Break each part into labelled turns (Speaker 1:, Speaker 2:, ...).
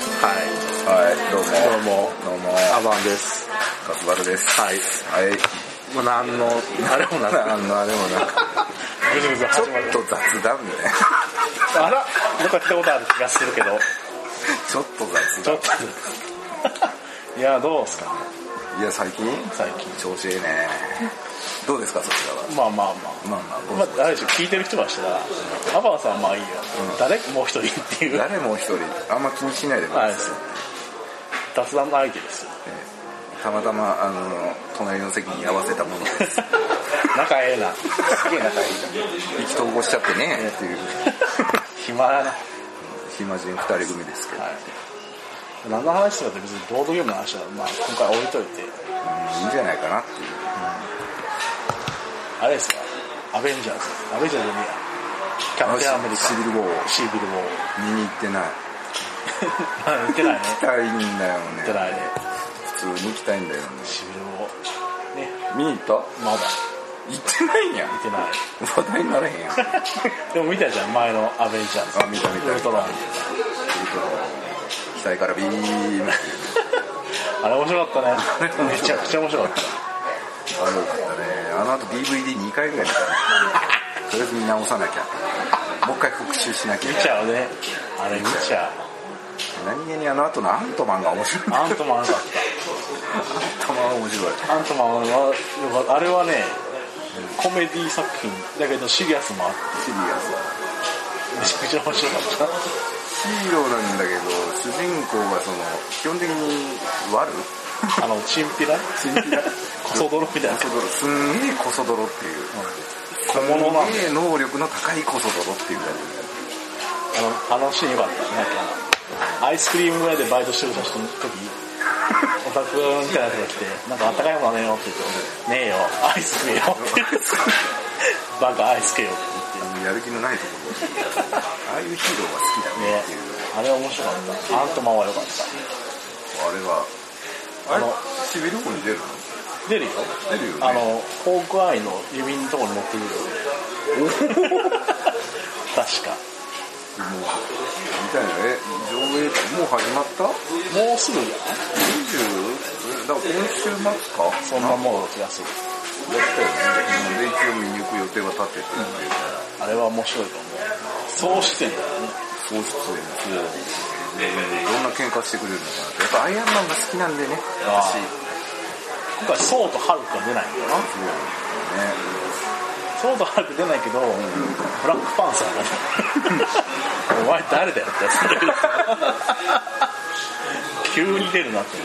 Speaker 1: はい、どう
Speaker 2: どう
Speaker 1: も。
Speaker 2: も、
Speaker 1: どうも、
Speaker 2: アバンです。
Speaker 1: ガスバルです。
Speaker 2: はい。
Speaker 1: はい。
Speaker 2: まあ、なんの、あれもな
Speaker 1: あの、あれもなんか、
Speaker 2: ぐずぐず
Speaker 1: ちょっ
Speaker 2: 始まる。
Speaker 1: と雑談 ね。
Speaker 2: あら、なんか聞いたことある気がするけど、
Speaker 1: ちょっと雑
Speaker 2: ちょ
Speaker 1: 談
Speaker 2: っ。と。いや、どうですかね、
Speaker 1: いや、最近
Speaker 2: 最近。
Speaker 1: 調子いいね。どうですか、そちらは。
Speaker 2: まあまあ
Speaker 1: まあまあ、
Speaker 2: ま
Speaker 1: 僕
Speaker 2: あ。まあ、ある種聞いてる人からしたら、アバンさんはまあいいよ。誰もう一人っていう。
Speaker 1: 誰も一人、あんま気にしないでく
Speaker 2: あ
Speaker 1: だ
Speaker 2: れ
Speaker 1: さ
Speaker 2: ですよ。雑談の相手ですよ。
Speaker 1: い。たまたま、あの、隣の席に合わせたものです。
Speaker 2: 仲ええな。
Speaker 1: すげえ仲いい意気投合しちゃってね、っていう。
Speaker 2: 暇やな。は
Speaker 1: 暇人二人組ですけど。
Speaker 2: い。何の話とかって別にボードゲームの話は、まあ今回置いといて、
Speaker 1: うんいいんじゃないかなっていう。
Speaker 2: あれですか、アベンジャーズ。アベンジャーズじゃねえや。キャプテンアメリカ。
Speaker 1: シビル号
Speaker 2: シービルも
Speaker 1: 見に行ってない。
Speaker 2: 行ってないね。
Speaker 1: 行きたいんだよ
Speaker 2: 行って
Speaker 1: ね。
Speaker 2: ないね。
Speaker 1: 普通に行きたいんだよね。
Speaker 2: シービルもね、
Speaker 1: 見に行った
Speaker 2: まだ
Speaker 1: 行ってないんやん
Speaker 2: 行ってない。
Speaker 1: 話題になれへんやんウル
Speaker 2: でも見たじゃん、前のアベンジャーズ。
Speaker 1: あ見た見た
Speaker 2: ウルトラマ
Speaker 1: ト
Speaker 2: ン。
Speaker 1: ラ被災からビームっていう
Speaker 2: あれ面白かった ね。めちゃくちゃ面白かっ
Speaker 1: 悪かったねあの後 DVD2 回ぐらい見たねとりあえず見直さなきゃもう一回復習しなき
Speaker 2: た。
Speaker 1: ゃ
Speaker 2: 見ちゃうね。あれ見ちゃ。
Speaker 1: 何気にあの後のアントマンが面白いうアン
Speaker 2: アントマンだっ
Speaker 1: トマンは面白い
Speaker 2: た。アントマンはよかった、あれはね、コメディ作品だけどシリアスもあって
Speaker 1: シリアス
Speaker 2: めちゃくちゃ面白かった
Speaker 1: ヒーローなんだけど主人公がその基本的に悪
Speaker 2: あの、チンピラチンピラコソ泥みたいな。
Speaker 1: コソ泥すんげえコソ泥っていう
Speaker 2: 小物なんだ
Speaker 1: すんげえ能力の高いコソ泥っていう感
Speaker 2: あの、あのシーン良かった。なんか、アイスクリーム屋でバイトしてる人の時、オタクみたいなやつが来て、なんかあったかいものねえよって言って、ねえよ、 アイス食えよって言って、バカアイス食えよって言って。
Speaker 1: じやる気のないとこ ろああいうヒーローが好きだね
Speaker 2: ね
Speaker 1: っていう
Speaker 2: あれは面白かった。アントマンは良かった。
Speaker 1: あれは
Speaker 2: あ
Speaker 1: あ
Speaker 2: の
Speaker 1: のシビル号に出るの
Speaker 2: 出るよ。
Speaker 1: 出るよね
Speaker 2: あの、フォークアイの指のところに持ってくるよ。 確か。
Speaker 1: もうみたいなえ上映もう始まった
Speaker 2: もうすぐや。
Speaker 1: 20だから今週末か
Speaker 2: そんなもんの気がする。
Speaker 1: だったよねで一応見に行く予定が立っててって
Speaker 2: あれは面白いと思う。総出演だよね。
Speaker 1: いう総出演でどんな喧嘩してくれるのかなってやっぱアイアンマンが好きなんでね
Speaker 2: あ
Speaker 1: 私
Speaker 2: 今回、ソウとハルクが出ないんだよな。
Speaker 1: そうね
Speaker 2: ソウとハルク出ないけど、ブラックパンサーがね、 お前誰だよってやつ。急に出るなって。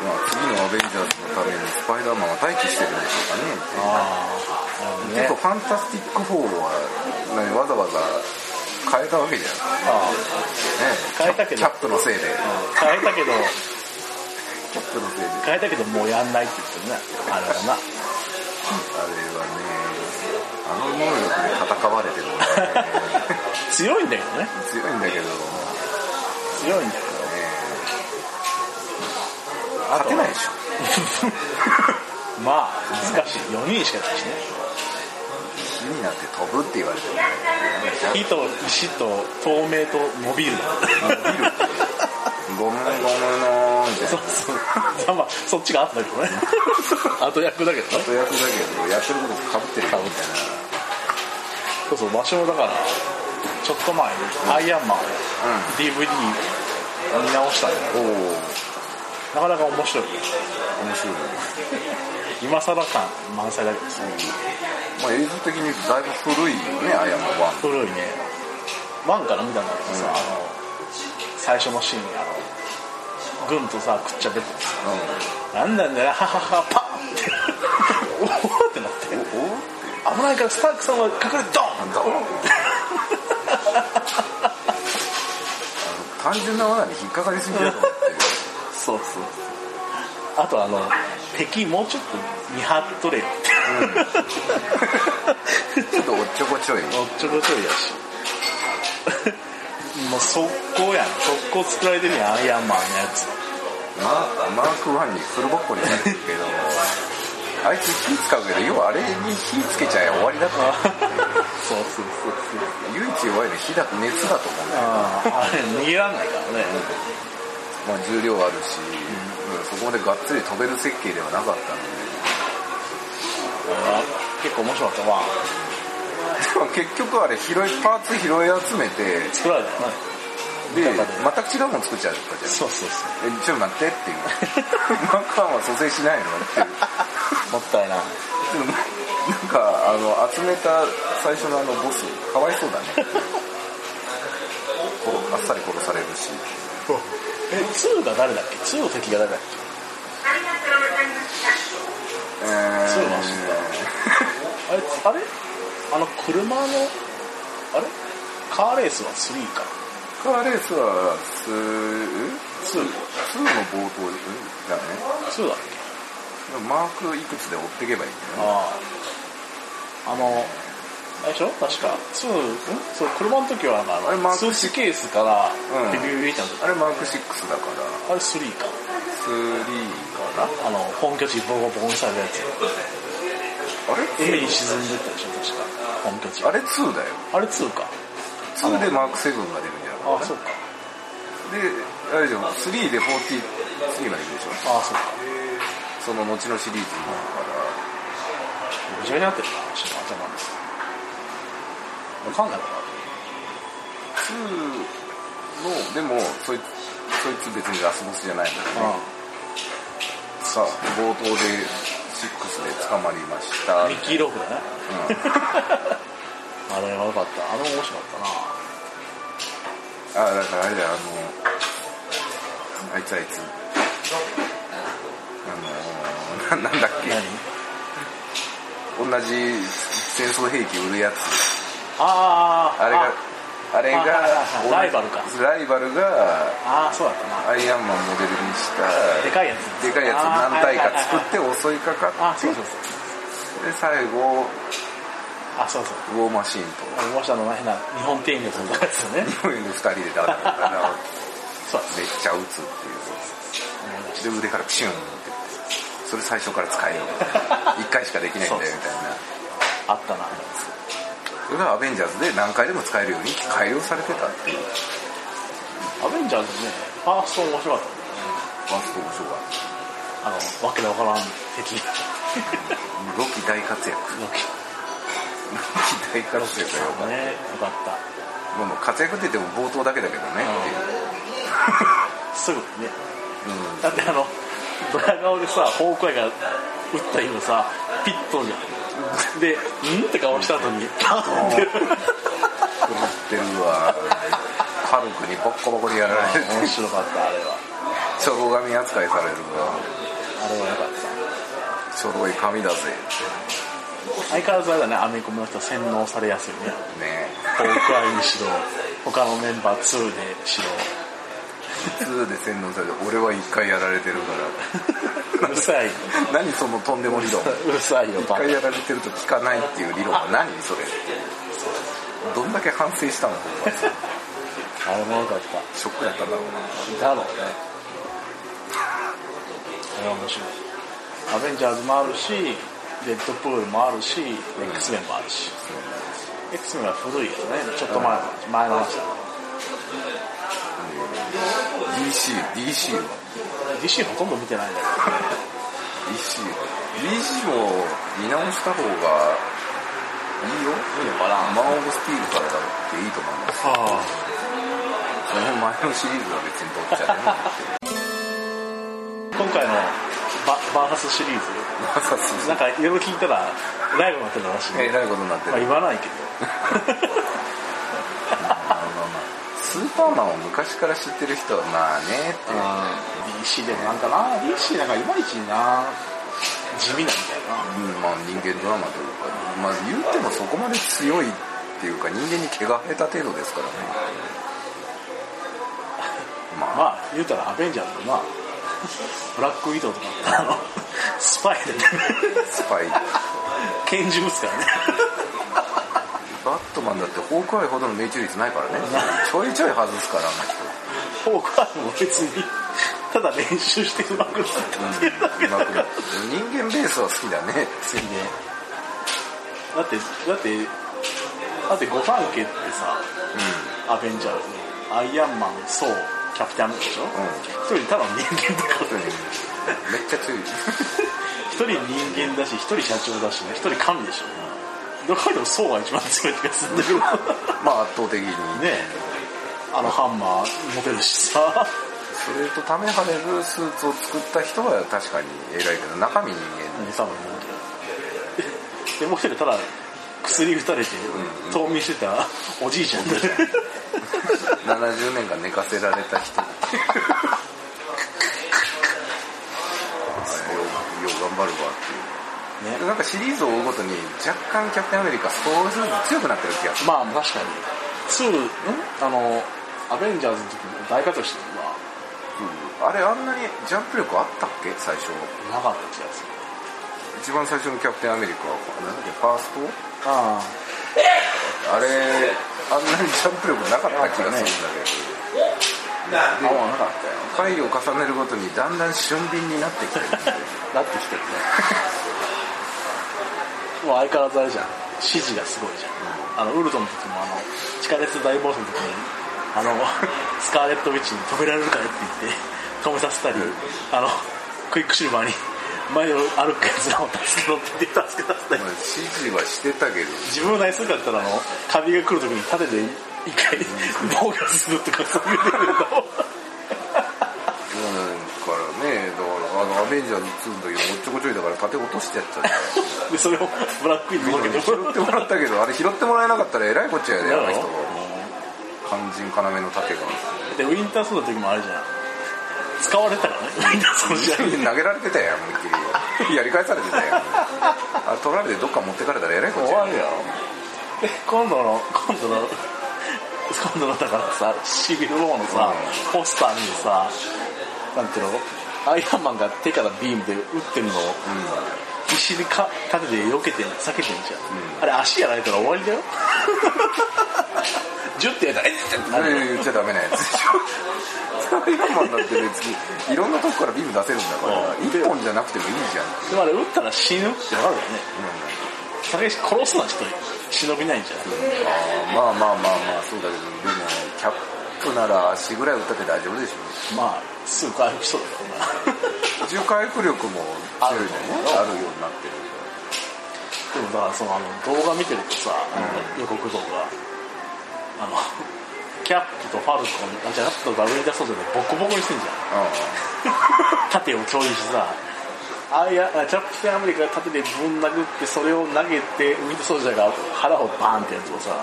Speaker 1: まあ次のアベンジャーズのためにスパイダーマンは待機してるんでしょうかね
Speaker 2: ああ、
Speaker 1: ちょ
Speaker 2: な
Speaker 1: っ
Speaker 2: る
Speaker 1: とフ
Speaker 2: ほどね。
Speaker 1: ァンタスティック4は何わざわざ変えたわけじゃん
Speaker 2: あ
Speaker 1: ね
Speaker 2: 変えたけど
Speaker 1: キャップのせいで
Speaker 2: あ変えたけ
Speaker 1: キ
Speaker 2: ど、
Speaker 1: ャップのせいで
Speaker 2: 変えたけどもうやんないって言ってるね。あれはな。
Speaker 1: あれはねあの能力で戦われてもね
Speaker 2: 強いんだけどね。
Speaker 1: 強いんだけどね
Speaker 2: 強いんだけど。
Speaker 1: 勝てないでしょ
Speaker 2: まあ、難しい。4人しかいないしね。
Speaker 1: 火になって飛ぶって言われてもねやめ
Speaker 2: 火
Speaker 1: ち
Speaker 2: と石と透明とモビルだ。
Speaker 1: ゃうビルゴムゴムのみたい
Speaker 2: そう
Speaker 1: な
Speaker 2: そう。まあ、そっちが後だけ どね。後役だけどね。
Speaker 1: 役だけどやってることかぶってるかみたいな
Speaker 2: そうそう、場所もだから、ちょっと前に、アイアンマンを DVD 見直したんだよ。
Speaker 1: おお面
Speaker 2: なかなか面白
Speaker 1: 白
Speaker 2: い。
Speaker 1: いね
Speaker 2: 今更感満載だけどさ、
Speaker 1: まあ映像的に言うとだいぶ古いよねアイアンマンは
Speaker 2: 古いね。ワンから見たんだけどさ、
Speaker 1: うん
Speaker 2: あの、最初のシーン、あの、軍とさ、くっちゃべってさ、なんなんだよ、ははは、パンって、おおってな って、
Speaker 1: うんおお
Speaker 2: 危ないからスタークさんは隠れてド
Speaker 1: な
Speaker 2: ーン
Speaker 1: んだあの 単純な罠に引っかかりすぎだと思って
Speaker 2: そうそう。あとあの、敵もうちょっと見張っとれよって。
Speaker 1: ちょっとおっちょこちょい
Speaker 2: おっちょこちょいやし もう速攻やん速攻作られてるやんアイアンマンのやつ
Speaker 1: ママーク1にフルボッコになってるけどあいつ火使うけど要はあれに火つけちゃえば終わりだと思う
Speaker 2: そうそうそうそう
Speaker 1: 唯一弱いの火だと熱だと思うんだよ、
Speaker 2: あああれ逃げらんないからね
Speaker 1: まあ、重量あるし、うんそこまでがっつり飛べる設計ではなかったので
Speaker 2: あれは結構面白かったまあ
Speaker 1: でも 結局あれ拾いパーツ拾い集めて
Speaker 2: 作られたよね
Speaker 1: で
Speaker 2: な
Speaker 1: 全
Speaker 2: んかね
Speaker 1: く違うもの作っちゃったじゃん
Speaker 2: そうそうそ
Speaker 1: え
Speaker 2: う
Speaker 1: ちょっと待ってっていう マカンは蘇生しないのっていう
Speaker 2: もったいない
Speaker 1: でもなんかあの集めた最初のあのボスかわいそうだね こうあっさり殺されるし
Speaker 2: え2が誰だっけ2の敵が誰だっけ
Speaker 1: えー
Speaker 2: そうなんですねあれあれあの車のあれカーレースは3か
Speaker 1: カーレースはス2
Speaker 2: 2,
Speaker 1: の冒頭だね
Speaker 2: 2だっけ
Speaker 1: でもマークいくつで追っていけばいいんだよね
Speaker 2: あああのあれでしょ確か2んそう車の時はなんか
Speaker 1: あ
Speaker 2: あ
Speaker 1: れマ
Speaker 2: の
Speaker 1: ーク
Speaker 2: スーツケースから
Speaker 1: うん
Speaker 2: ビビビビってなった
Speaker 1: あれマーク6だから
Speaker 2: あれ3か
Speaker 1: 3かな
Speaker 2: あの本拠地ボコボコにされたやつ
Speaker 1: あれ
Speaker 2: 海に沈んでったでしょ確か本拠地
Speaker 1: あれ2だよ
Speaker 2: あれ2か
Speaker 1: 2でマーク7が出るんじゃない
Speaker 2: ああそうか
Speaker 1: で、あれでも3で43までいくでしょ
Speaker 2: ああそうか
Speaker 1: その後のシリーズになるから
Speaker 2: ぐちゃぐちゃになってるな私の頭の分かんないか
Speaker 1: 2のでもそいそいつ別にラスボスじゃないの
Speaker 2: なうん
Speaker 1: さあ冒頭で6で捕まりました
Speaker 2: ミッキーロープだね、 あれはよかったあれも面白かっ
Speaker 1: あだからあれだよあのあいつあいつあのななんだった
Speaker 2: な
Speaker 1: け
Speaker 2: 何
Speaker 1: 同じ戦争兵器売るやつ
Speaker 2: あー
Speaker 1: あれがあれ
Speaker 2: はいはいはい
Speaker 1: が
Speaker 2: ライバルか
Speaker 1: ライバルが
Speaker 2: ああーそうだったな
Speaker 1: アイアンマンモデルにした
Speaker 2: でかいやつ
Speaker 1: でかいやつ
Speaker 2: あー
Speaker 1: 何体
Speaker 2: はいは
Speaker 1: か
Speaker 2: いはい
Speaker 1: 作って襲いかか
Speaker 2: あ
Speaker 1: って
Speaker 2: そうそう
Speaker 1: で
Speaker 2: そう
Speaker 1: 最後
Speaker 2: あそうそう
Speaker 1: ウォーマシーン
Speaker 2: ありましたあの変な日本庭園のとか ですよ ね
Speaker 1: とこういうの2人でダダダダダ
Speaker 2: そうだ
Speaker 1: めっちゃ撃つっ
Speaker 2: 思い出し
Speaker 1: い
Speaker 2: て
Speaker 1: うで腕からピシュンってそれ最初から使えよ1回しかできないんだよみたいな
Speaker 2: あったな
Speaker 1: それがアベンジャーズで何回でも使えるように改良されてたっていう
Speaker 2: アベンジャーズねファースト面白かっ
Speaker 1: ワンスト面白かった
Speaker 2: あのわけのわからん敵
Speaker 1: ロキ大活躍ロ
Speaker 2: のキ
Speaker 1: キ大活躍がよかっ
Speaker 2: ねよかった
Speaker 1: たもう活躍って言っても冒頭だけだけどねっていう
Speaker 2: すぐね
Speaker 1: うん
Speaker 2: だってあのドヤ顔でさホークアイが打った今さピッと飛んじゃんで「ん?」って顔した後 にパンって
Speaker 1: 狂ってるわ家族にボッコボコにやられて
Speaker 2: 面白かったあれは
Speaker 1: 初老神扱いされるわ
Speaker 2: あれはよかっ た
Speaker 1: 初老い神だぜ
Speaker 2: 相変わらずあれだねアメコミの人は洗脳されやすいね
Speaker 1: ってね
Speaker 2: ホークアイにしろ他のメンバー2でしろ
Speaker 1: 2で洗脳されて俺は一回やられてるか
Speaker 2: うるさいう
Speaker 1: ら 何そのとんでも理論一
Speaker 2: るさいよバカ
Speaker 1: 回やられてると聞かないっていう理論は何それどんだけ反省したの
Speaker 2: あれもよかっ
Speaker 1: ショックだったんだろうな
Speaker 2: ただろうねあれは面白いアベンジャーズもあるしデッドプールもあるし X メンもあるし X メンは古いけどねちょっと前の話前の話だ
Speaker 1: DCDC は
Speaker 2: DC ほとんど見てないんだ
Speaker 1: DC は DC も見直した方がいいよ
Speaker 2: けどいいのかな
Speaker 1: マン・オブ・スティールからだっていいと思います
Speaker 2: あ
Speaker 1: その前のシリーズは別にどっちゃでもいいって
Speaker 2: 今回のババーハスシリーズ
Speaker 1: まあさす
Speaker 2: なんかいろいろ聞いたらライブになってるらしい、
Speaker 1: えらいことになって
Speaker 2: まあ、
Speaker 1: る、
Speaker 2: 言わないけど
Speaker 1: まあまあまあスーパーマンを昔から知ってる人はまあねっていう
Speaker 2: DC でもなんかな DC なんかいまいちな地味なみたいな
Speaker 1: うんまあ人間ドラマというかまあ言ってもそこまで強いっていうか人間に毛が生えた程度ですからねまあ
Speaker 2: まあ言うたらアベンジャーズのなブラックウィドウとかあのスパイでね
Speaker 1: スパイ
Speaker 2: 拳銃撃つからね
Speaker 1: バットマンだってホークアイほどの命中率ないからねちょいちょい外すからあの人
Speaker 2: フォークアームも別にただ練習してうまくなったっていうだけ
Speaker 1: う
Speaker 2: だ
Speaker 1: ま
Speaker 2: か
Speaker 1: く
Speaker 2: ら
Speaker 1: な人間ベースは好きだね
Speaker 2: 次ねだってだってだって御三家ってさ、アベンジャーズアイアンマンソーキャプテンアメリカでしょ一、人ただの人間だか
Speaker 1: うん
Speaker 2: ら
Speaker 1: めっちゃ強い
Speaker 2: 一人人間だし一人社長だしね一人神でしょ、どこでもソーが一番強い気がするんだけど
Speaker 1: まあ圧倒的に
Speaker 2: ねえあのハンマー持てるしさ
Speaker 1: それとためはねるスーツを作った人は確かに偉いけど中身人間
Speaker 2: 多分でもう一人ただ薬打たれて冬眠してたおじいちゃんだね
Speaker 1: 70年間寝かせられた人よう頑張るわっていうなんかシリーズを追うごとに若干キャプテンアメリカ少しずつ強くなってる気がする
Speaker 2: まあ確かに2んあのアベンジャーズの時に大活躍してた
Speaker 1: あ
Speaker 2: のは
Speaker 1: れあんなにジャンプ力あったっけ最初
Speaker 2: なかった気がする
Speaker 1: 一番最初のキャプテンアメリカはなんだっけファースト
Speaker 2: あ
Speaker 1: あれあんなにジャンプ力なかった気がするんだけど、
Speaker 2: あなかっ
Speaker 1: 回を重ねるごとにだんだん俊敏になってきてるんで
Speaker 2: たよなってきてるねもう相変わらずあれじゃん指示がすごいじゃん、あのウルトの時もあの地下鉄大暴走の時にあの スカーレットウィッチに止められるからって言って止めさせたり、あのクイックシルバーに前を歩くやつらを助けろって言って助け出したり
Speaker 1: まあ指示はしてたけど
Speaker 2: 自分の何するかって言ったらあのカビが来るときに縦で一回防御するとかそういうレベル
Speaker 1: う
Speaker 2: の
Speaker 1: んからねだからあのアベンジャーズ2の時もおっちょこちょいだから縦落としてやったじゃん
Speaker 2: でそれをブラックインのわけで
Speaker 1: 拾ってもらったけどあれ拾ってもらえなかったらえらいこっちゃやであの人肝心要の盾が
Speaker 2: でウィンターソーダの時もあれじゃん使われたからねウィンターソーダじゃ
Speaker 1: 投げられてたやん思いっきりやり返されてたやんあれ取られてどっか持ってかれたらえらいこっちゃやで
Speaker 2: で今度の今度の今度のだからさシビル・ウォーのさポスターにさなんていうのアイアンマンが手からビームで撃ってるのを必死でか盾で避けて避けてんじゃん、あれ足やられたら終わりだよジュッてやったら「えっ!」って
Speaker 1: あ
Speaker 2: なる
Speaker 1: れ言っちゃダメなやつでしょ 使いマンだって別にいろんなとこからビーム出せるんだから
Speaker 2: うん
Speaker 1: 一本じゃなくてもいいじゃん
Speaker 2: でもあれ撃ったら死ぬってなるよね武志殺すのはちょっと忍びないんじゃない
Speaker 1: まあまあまあまあそうだけどでもキャップなら足ぐらい打ったって大丈夫でしょ
Speaker 2: まあすぐ回復しそうだ よな
Speaker 1: 重回復力も強いのねあ
Speaker 2: あ
Speaker 1: るようになってる
Speaker 2: でもだからそのあの動画見てるとさ、あの予告動画あのキャップとファルコンあじゃなくてダブルダソードでボコボコにしてんじゃん盾を共有してさあいやあキャプテンアメリカが盾でぶん殴ってそれを投げてウィンドソルジャーが腹をバーンってやつをさ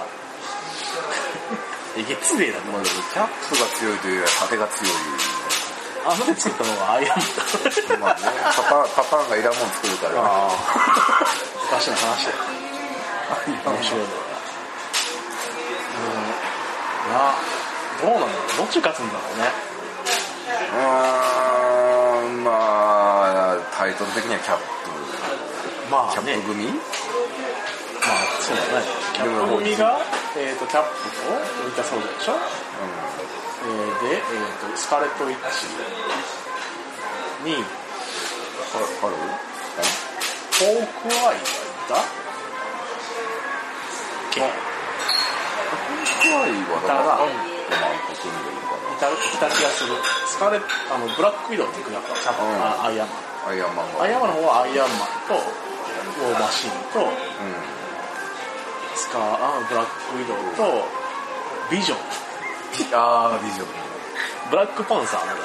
Speaker 2: えげつねえなと思うんだ
Speaker 1: キャップが強いというよりは縦が強い
Speaker 2: けどあの手作ったのはアイアンマンだ
Speaker 1: まあねパパパパンがいらんもん作るから
Speaker 2: ああ おかしな話だよ面白いだろうな、うん、などうなんだろうどっち勝つんだろうね
Speaker 1: うーんまあタイトル的にはキャップ
Speaker 2: ま
Speaker 1: キ
Speaker 2: あ
Speaker 1: ャ
Speaker 2: ね
Speaker 1: ップ組、
Speaker 2: まあそうだねキャ
Speaker 1: でも
Speaker 2: ップ組が、えー、とキャップとウィンターソルジャーでしょ、えーで、えー、とスカーレット・ウィッチに
Speaker 1: ハハロー
Speaker 2: ホークアイがいたけ
Speaker 1: 怖いわ
Speaker 2: だから
Speaker 1: ロマンと組んでるのか
Speaker 2: いたいた気がするスカーレットあのブラック・ウィドウっていうかキャップ、
Speaker 1: うん
Speaker 2: あアイアンマン
Speaker 1: なアイアンマンが
Speaker 2: アイアンマンの方はアイアンマンとウォーマシンと
Speaker 1: うん
Speaker 2: スカーあブラックウィドウとビジョン
Speaker 1: ああビジョン
Speaker 2: ブラックパンサーだか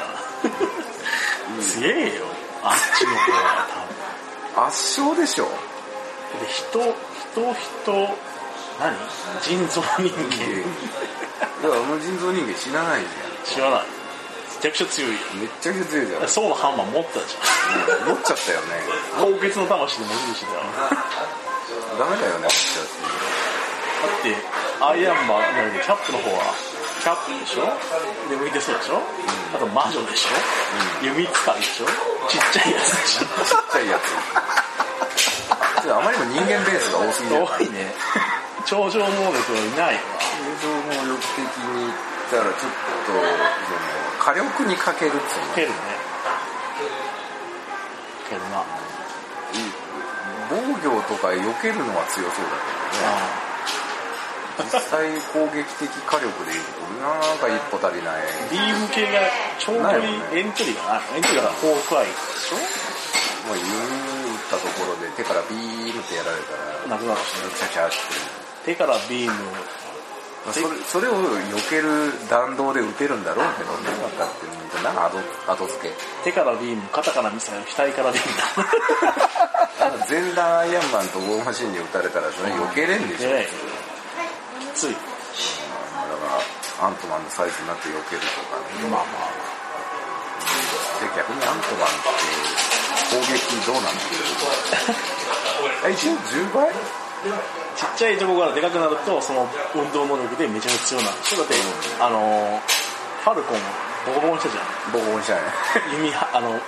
Speaker 2: らすげえよあっちの方は
Speaker 1: 圧勝でしょ
Speaker 2: 多分で人人人何人造人
Speaker 1: いや
Speaker 2: 間
Speaker 1: あの人造人間知らないじ
Speaker 2: 知らないめちゃくちゃ強いよ
Speaker 1: ゃんめっちゃくちゃ強いじゃん持っ
Speaker 2: ソウのハンマー持ってたじ
Speaker 1: ちゃったよね
Speaker 2: ゃん高血の魂の持ち主だよだ
Speaker 1: ダメだよね持っち
Speaker 2: ってアイアンマンなのにキャップの方はキャップでしょで向いてそうでしょ、あと魔女でしょ、弓使いでしょちっちゃいやつでし
Speaker 1: ゃっ
Speaker 2: ょ
Speaker 1: てちっちゃいやつちょっとあまりにも人間ベースが多すぎる
Speaker 2: 多いね超常能力はいないわ
Speaker 1: 映像能力的に言ったらちょっとその火力にかけるっつう
Speaker 2: けるねけどなあ
Speaker 1: の防御とか避けるのは強そうだけどね実際攻撃的火力でいうとなんか一歩足りない
Speaker 2: ービーム系がちょうど
Speaker 1: ない
Speaker 2: い
Speaker 1: よ
Speaker 2: エントリーがないエントリーがフォークアイ
Speaker 1: もう弓打ったところで手からビームってやられたら
Speaker 2: なくなるしね
Speaker 1: キャキャキャって
Speaker 2: 手からビームを
Speaker 1: それそれを避ける弾道で撃てるんだろうけどねだってなんか後後付け
Speaker 2: 手からビーム肩からミサイル額からビーム
Speaker 1: なんか全弾アイアンマンとウォーマシンに撃たれたらそれ避けれんでしょ、
Speaker 2: だねきつい
Speaker 1: だからアントマンのサイズになって避けるとかね
Speaker 2: まあまあ
Speaker 1: で逆にアントマンって攻撃どうなんだえ一応10倍
Speaker 2: ちっちゃいとこからでかくなるとその運動能力でめちゃめちゃ強くなるそうだって、あのーファルコンボコボコにしたじゃん
Speaker 1: ボコボコにしたね
Speaker 2: 弓はあの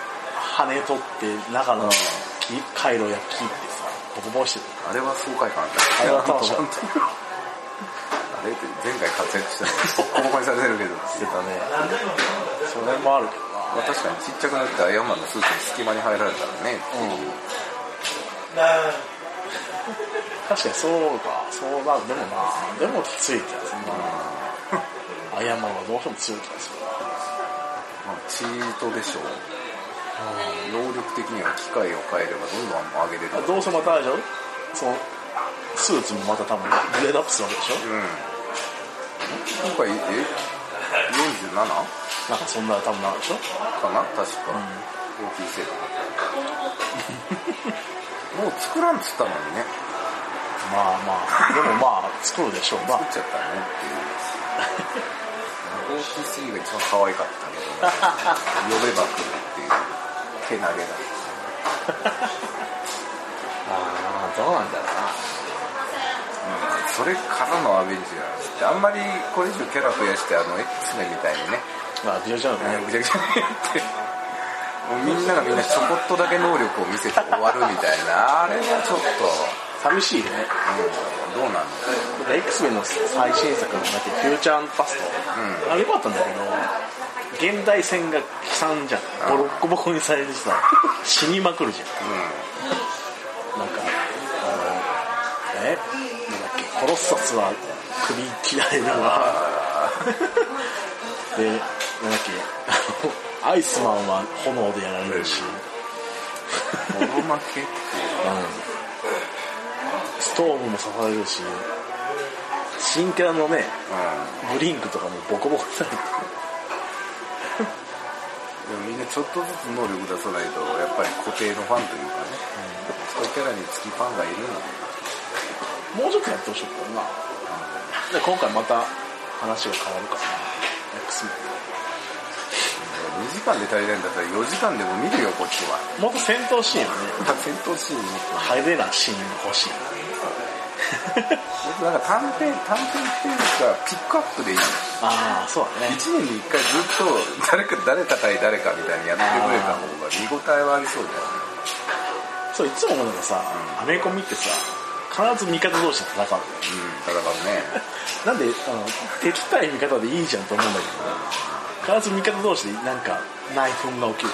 Speaker 2: 羽取って中の木回路や木ってさボコボコしてる
Speaker 1: あれは爽快感あっ
Speaker 2: あ
Speaker 1: た
Speaker 2: れは楽しか
Speaker 1: ア
Speaker 2: った
Speaker 1: ントマンとあれって前回活躍したのにボコボコにされてるけど
Speaker 2: って たねそれもあるけ
Speaker 1: まあ確かにちっちゃくなってアイアンマンのスーツの隙間に入られたらね、
Speaker 2: どな、うん、確かにそうかそうなるでもなでもきついってやつなアイアンマンはどうしても強い気がする
Speaker 1: まあ、チートでしょう、能力的には機械を変えればどんどん上げれる
Speaker 2: などうせまたあれでしょそのスーツもまた多分グレードアップするわけでしょ
Speaker 1: 今回え 47? か
Speaker 2: なんかそんな多分なるでしょ
Speaker 1: な確か、大きい制度もう作らんっつった のにね
Speaker 2: まあまあでもまあ作るでしょうな
Speaker 1: 作っちゃったねっていう OT3 が一番可愛かったけど、呼べば来るっていう手投げだ
Speaker 2: ああどうなんだろうな
Speaker 1: それからのアベンジャーズってあんまりこれ以上キャラ増やしてあの X メンみたいにね
Speaker 2: まあ、ビジョジョのね、
Speaker 1: ぐちゃぐちゃにやってもうみんながみんなちょこっとだけ能力を見せて終わるみたいなあれはちょっと、
Speaker 2: 寂しいね。
Speaker 1: うん、どうなんだろう
Speaker 2: だって X メンの最新作のだって、フューチャーパスト。あれよかったんだけど、現代戦が悲惨じゃん。ボロッコボコにされてさ、 死にまくるじゃん。なんか、あの、えなんだっけ、コロッサスは首切られるわ。で、なんだっけあの、アイスマンは炎でやられるし。
Speaker 1: ボロ負け
Speaker 2: うんストーブも刺されるし新キャラのね
Speaker 1: う
Speaker 2: ブリンクとかもボコボコにされて
Speaker 1: んでもみんなちょっとずつ能力出さないとやっぱり固定のファンというかね、そういうキャラにつきファンがいるので
Speaker 2: もうちょっとやってほしかったな、で今回また話が変わるからな X メ
Speaker 1: 2時間で足りないんだったら4時間でも見るよこっちは
Speaker 2: ンもっと戦闘シーンをね
Speaker 1: 戦闘シーンもっと
Speaker 2: 派手なシーンが欲しい
Speaker 1: なんか短編、短編っていうか、ピックアップでいい。1
Speaker 2: ああそうだね
Speaker 1: 年に1回ずっと、誰か、誰高い誰かみたいにやってくれた方が見応えはありそうだよね。
Speaker 2: そういつも思うのがさ、アメコミってさ必ず味方同士で戦うんだよ
Speaker 1: うん、戦うね。
Speaker 2: なんであの敵対味方でいいじゃんと思うんだけど必ず味方同士でなんか内紛が起きる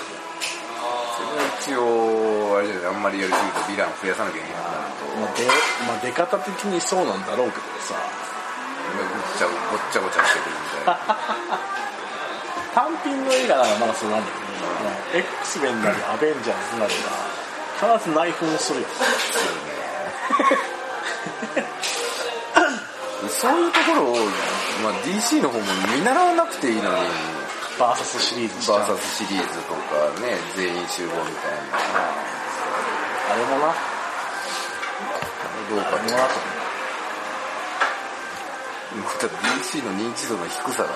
Speaker 1: それは一応、あれじゃない、あんまりやりすぎるとヴィラン増やさなきゃいけなくなると、
Speaker 2: まあ、でまあ出方的にそうなんだろうけどさ
Speaker 1: ごっちゃごっちゃごちゃしてくるみたいな。
Speaker 2: 単品の映画ならまだそうなんだけど、ね、X メンなりアベンジャーズなりが必ず内紛をするよ
Speaker 1: そういうところを、まあ、DC の方も見習わなくていいのに、
Speaker 2: バーサスシリーズしちゃう
Speaker 1: バーサスシリーズとかね、全員集合みたいな。
Speaker 2: あれもな
Speaker 1: どうか
Speaker 2: あれ
Speaker 1: ね
Speaker 2: も。なと
Speaker 1: また DC の認知度の低さがね、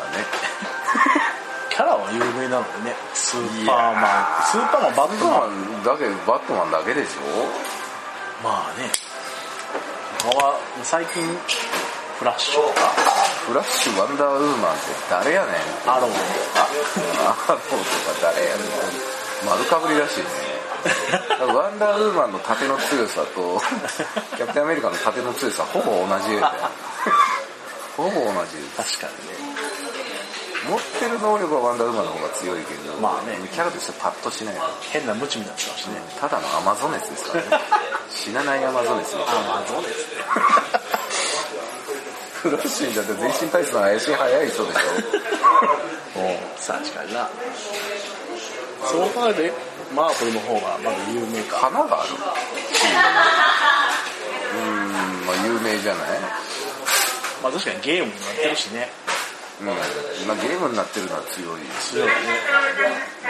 Speaker 2: キャラは有名なのでねスーパーマンスーパーマンバ
Speaker 1: バッ
Speaker 2: ッ
Speaker 1: ト
Speaker 2: トマン
Speaker 1: マンだけ、バットマンだけでしょ
Speaker 2: まあね他は最近フラッシュとか
Speaker 1: フラッシュ、ワンダーウーマンって誰やねん
Speaker 2: アロー
Speaker 1: あアローとか誰やねん丸かぶりらしいね。ワンダーウーマンの縦の強さと、 キャプテンアメリカの縦の 強さ、ほぼ同じ絵だよ。ほぼ同じ。
Speaker 2: 確かにね
Speaker 1: 持ってる能力はワンダーウーマンの方が強いけど、
Speaker 2: まあね
Speaker 1: キャラとしてパッとしないから
Speaker 2: 変なムチになってましたね
Speaker 1: ただのアマゾネスですからね死なないアマゾネスみたいな
Speaker 2: あまあそうですね
Speaker 1: フロッシーだって全身体操の怪しい速い人でしょもう
Speaker 2: 確かになそう考えてマーブルの方がまだ有名か
Speaker 1: 花があるうんまあ有名じゃない
Speaker 2: まあ確かにゲームになってるしね
Speaker 1: うん、まあ、ゲームになってるのは強いです
Speaker 2: 強いね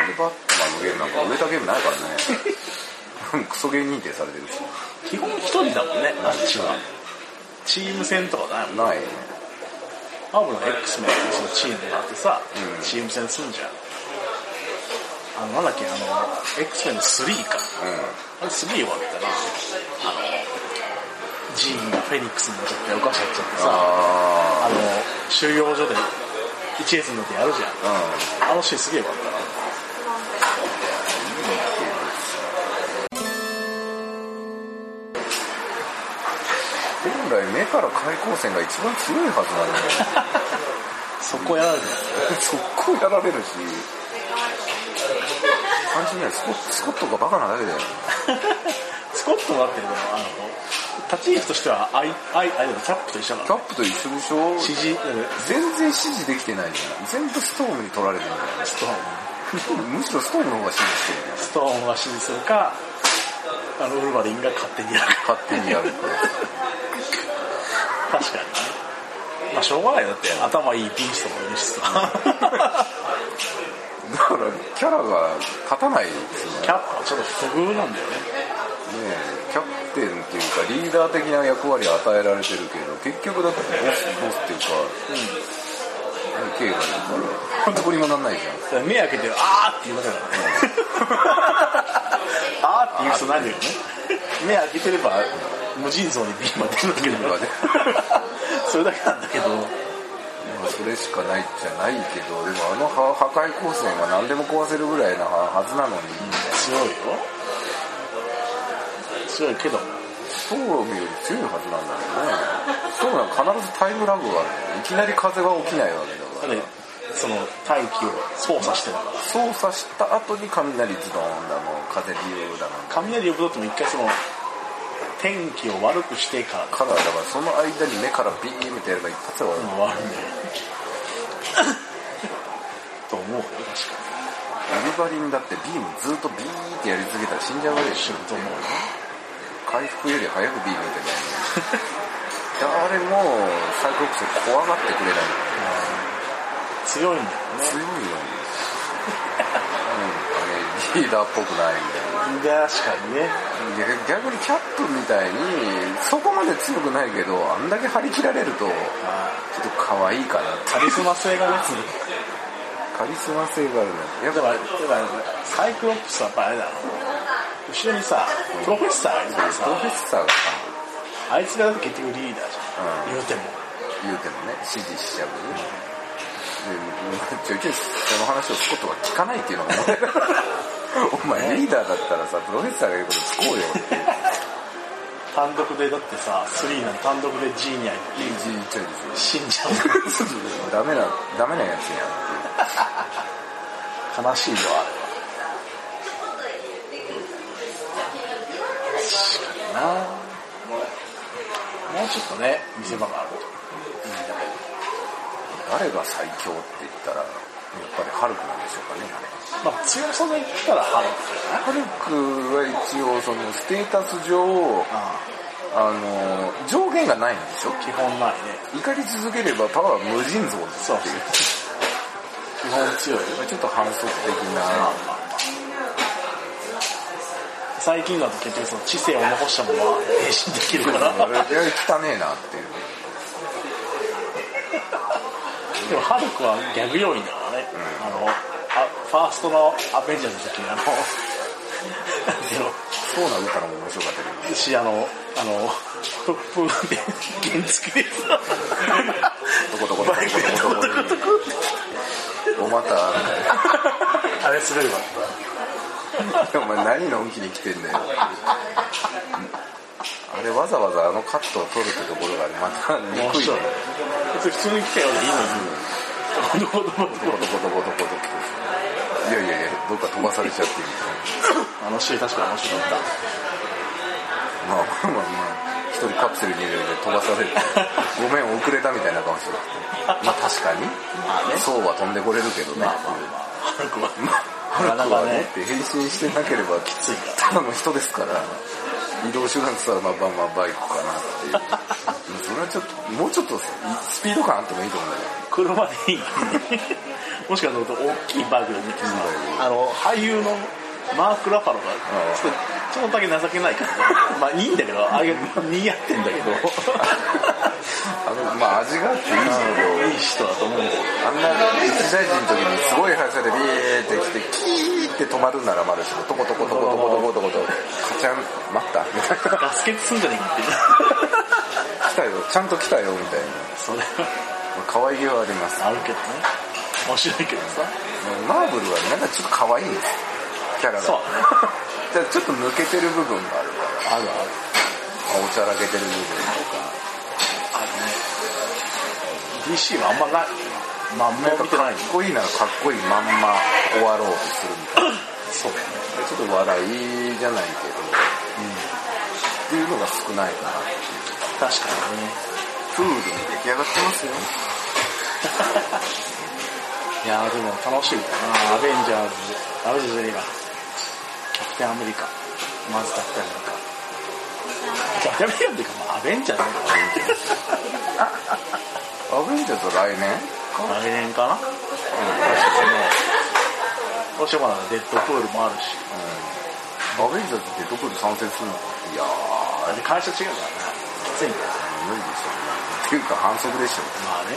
Speaker 1: でバットマンのゲームなんか売れたゲームないからね クソゲー認定されてるし
Speaker 2: 基本一人だもんねあっちはチーム戦とかないもんね
Speaker 1: ないよね
Speaker 2: マーブルの X メンっていうそのチームがあってさ、
Speaker 1: うん
Speaker 2: チーム戦すんじゃんあのなんだっけあの X メンの3か
Speaker 1: う
Speaker 2: あれすげえ悪かったなあのジーンがフェニックスになっちゃっておかしなっちゃって
Speaker 1: ん
Speaker 2: さ
Speaker 1: あ
Speaker 2: あの収容所で1列になってやるじゃん
Speaker 1: あうん
Speaker 2: あのシーンすげえ悪かったな
Speaker 1: 本来目から開口線が一番強いはずなのに
Speaker 2: そこやられてる
Speaker 1: 速攻やられるし単純にはスコスコットがバカなだけだよ
Speaker 2: スコットもだってでもあの立ち位置としてはアイアイアイドルキャップと一緒な
Speaker 1: キャ
Speaker 2: の
Speaker 1: ップと一緒でしょ
Speaker 2: 指示
Speaker 1: 全然指示できてないじゃん全部ストームに取られてるじ
Speaker 2: ストーン
Speaker 1: ゃんむしろストームの方が指示してるじゃん
Speaker 2: ストーンは指示するかあのウルヴァリンが勝手にやるか
Speaker 1: 勝手にやるから
Speaker 2: 確かにねまあしょうがないよだって頭いいビーストもいるしさ
Speaker 1: だからキャラが立たないですよ
Speaker 2: キ
Speaker 1: ね
Speaker 2: ャップはちょっと不遇なんだ
Speaker 1: ね
Speaker 2: よね
Speaker 1: えキャプテンというかリーダー的な役割を与えられてるけど結局だってボスボスっていうか、うん、K がいるからどうにもなんないじゃん
Speaker 2: だから目開けてあーって言うだからねあーって言う人なんだよね目開けてれば無尽蔵にビームが出るんだけど
Speaker 1: ビームがね
Speaker 2: それだけなんだけど
Speaker 1: まあそれしかないじゃないけどでもあの破破壊光線が何でも壊せるぐらいなはずなのに、
Speaker 2: 強いよ強いけど
Speaker 1: ストームより強いはずなんだけどねストームは必ずタイムラグがあるんだよいきなり風が起きないわけだか
Speaker 2: だってその大気を操作してるから
Speaker 1: ら操作した後に雷ズドンだの風理由だの
Speaker 2: 雷呼ぶとっても一回その天気を悪くしてから
Speaker 1: からだからその間に目からビーンってやれば一発で終わる、
Speaker 2: 終わるんだよと思うよ確か
Speaker 1: ウルバリンだってビームずっとビーンってやり続けたら死んじゃうわけで
Speaker 2: に
Speaker 1: し
Speaker 2: 死
Speaker 1: ょ
Speaker 2: ぬと思うよ
Speaker 1: 回復より早くビームってないのに誰もサイクロプス怖がってくれない
Speaker 2: 強いんだよね
Speaker 1: 強いよねなんかねリーダーっぽくないんだよ
Speaker 2: 確かにね
Speaker 1: いや逆にキャップみたいにそこまで強くないけどあんだけ張り切られるとちょっと可愛いかなって
Speaker 2: カリスマ性がね
Speaker 1: カリスマ性があるねやっ
Speaker 2: だ
Speaker 1: ぱ
Speaker 2: からだからサイクロプスはやっぱあれだろ後ろにさプロフェッサーがいるから
Speaker 1: プロフェ
Speaker 2: さ
Speaker 1: ッサーがさ
Speaker 2: あいつが結局リーダ
Speaker 1: う
Speaker 2: ーじゃん、言うても
Speaker 1: 言うてもね指示しちゃうねでちょいちょいその話をスコットが聞かないっていうのが お前お前リーダーだったらさプロフェッサーが言うこと聞こうよっていう
Speaker 2: 単独でだってさ3なの単独で G に入って
Speaker 1: 言っちゃうんですよ
Speaker 2: 死んじゃう
Speaker 1: ダメなダメなやつやんっていう
Speaker 2: 悲しいよあれは確かになもうちょっとね見せ場があるといいんだけど
Speaker 1: 誰が最強って言ったらやっぱりハルクなんでしょうかね
Speaker 2: まあ、強さで言ったらハロ
Speaker 1: ハルクは一応そのステータス上、
Speaker 2: あ
Speaker 1: あの、上限がないんでしょ
Speaker 2: 基本ないね。
Speaker 1: 怒り続ければパワー無尽蔵ですっていう。
Speaker 2: 基本強いよ。
Speaker 1: ちょっと反則的
Speaker 2: まあ
Speaker 1: な。
Speaker 2: まあまあ最近だと結局その知性を残したまま変身で きるから。
Speaker 1: あれ、汚ねえなっていう。
Speaker 2: でもハルクはギャグ要員だからね。あの、あファーストのアベンジャーズの時にあの、 なんていうの
Speaker 1: そうな歌のも面白かったけど。
Speaker 2: し、あの、あの、トップで原付でさ、
Speaker 1: どこどこどこ
Speaker 2: バイクで
Speaker 1: どこどこどこおまた、みたい
Speaker 2: あれ滑るわ。
Speaker 1: な。お前何のんきに来てんだよ。あれわざわざあのカットを取るってところがねまた
Speaker 2: 面
Speaker 1: 憎い
Speaker 2: 白
Speaker 1: ね
Speaker 2: い。普通に来たようでいいのに。どこど
Speaker 1: ど
Speaker 2: こどこ
Speaker 1: こどこどこどこどこいやいやいやどっか飛ばされちゃってる
Speaker 2: あのシーン確かに面白かった
Speaker 1: まあまあまあ一人カプセルに入れて飛ばされるごめん遅れたみたいな顔してまあ確かに
Speaker 2: まあね
Speaker 1: そうは飛んでこれるけどね
Speaker 2: まあまあまあハルクは
Speaker 1: ハルクは持って変身してなければきついただの人ですから移動手段さまあまあまあバイクかなって いうそれはちょっともうちょっとスピード感あってもいいと思うんだ
Speaker 2: 車でいいもしかすると大きいバイクで見てしまうあの俳優のマーク・ラファロ
Speaker 1: ん
Speaker 2: がちょっとちょっとだけ情けないからねまあいいんだけどあれが似合ってんだけど
Speaker 1: けどあのまあ味があっていいけど
Speaker 2: いい人だと思うんですよ
Speaker 1: あんな一大事の時にすごい速さでビーって来てキーって止まるならまだしもトコトコトコトコトコトコトコカチャン待ったみたいな
Speaker 2: ガスケツすんじゃねえかっていう
Speaker 1: 来たよちゃんと来たよみたいな
Speaker 2: それは
Speaker 1: 可愛げはあります
Speaker 2: あるけどね面白いけどさ
Speaker 1: マーブルはなんかちょっと可愛いんですキャラが
Speaker 2: そう
Speaker 1: じゃあちょっと抜けてる部分があるから
Speaker 2: あるある
Speaker 1: おちゃらけてる部分
Speaker 2: あるね DC はあんまないまああんま
Speaker 1: とかなんかかっ
Speaker 2: 見てない
Speaker 1: こいいならかっこいいまんま終わろうとするみたいな
Speaker 2: そうだね
Speaker 1: ちょっと笑いじゃないけど、っていうのが少ないかな
Speaker 2: 確かにね
Speaker 1: プールに出来上がってますよ
Speaker 2: いやーでも楽しみだなアベンジャーズ、アベンジャーズじゃねえかキャプテンアメリカ。まずキャプテンアメリカ。キャプテンアメリカっていうか、まあ、アベンジャーズなんだ
Speaker 1: アベンジャーズ来年
Speaker 2: けど来年かなうん、確かその、どうしようかな、デッドプールもあるし。
Speaker 1: アベンジャーズってどこで参戦するのかいや
Speaker 2: あ
Speaker 1: ー、
Speaker 2: れ会社違うからな。きついんだよ。
Speaker 1: 無理でしょうね。っていうか反則でしょ。
Speaker 2: まあね。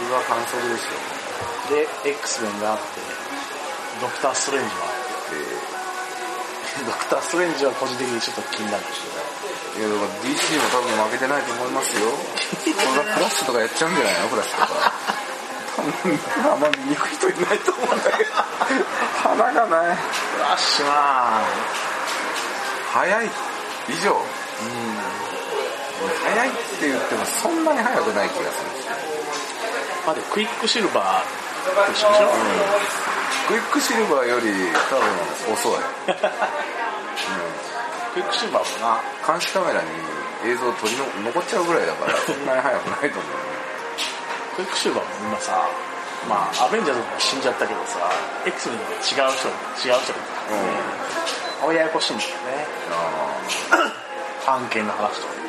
Speaker 1: 僕は反則でしょう。
Speaker 2: で、X メンがあって、ドクターストレンジもあって、
Speaker 1: え
Speaker 2: ドクターストレンジは個人的にちょっと気になるんですけど。
Speaker 1: ー、いや、だから DC も多分負けてないと思いますよ。それがフラッシュとかやっちゃうんじゃないのフラッシュとか。多分、あんま見にくい人いないと思うんだけど。花がない。
Speaker 2: フラッシュなぁ。
Speaker 1: 早い。以上。早いって言ってもそんなに早くない気がする。
Speaker 2: まあでもクイックシルバーと一緒でしょ、
Speaker 1: クイックシルバーより多分遅い。うん
Speaker 2: クイックシルバーもな、
Speaker 1: 監視カメラに映像取りの残っちゃうぐらいだからそんなに早くないと思う
Speaker 2: クイックシルバーも今さ、まあ、アベンジャーズも死んじゃったけどさ、X にも違う人、違う人がいて、あんまややこしいんだよね。
Speaker 1: ああ
Speaker 2: 案件の話とか。
Speaker 1: ね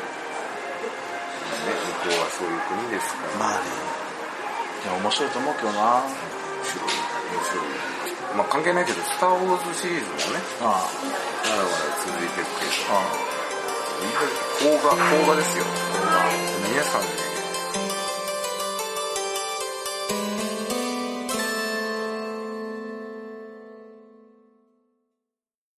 Speaker 1: 向こうはそういう国ですから面
Speaker 2: まあね。でも面白いと思うけどな。あ
Speaker 1: 白い面白いまあ関係ないけど「スター・ウォーズ」シリーズもね
Speaker 2: あ、
Speaker 1: まだまだ続いてるけど邦
Speaker 2: ああ。
Speaker 1: 画邦画ですよ皆さん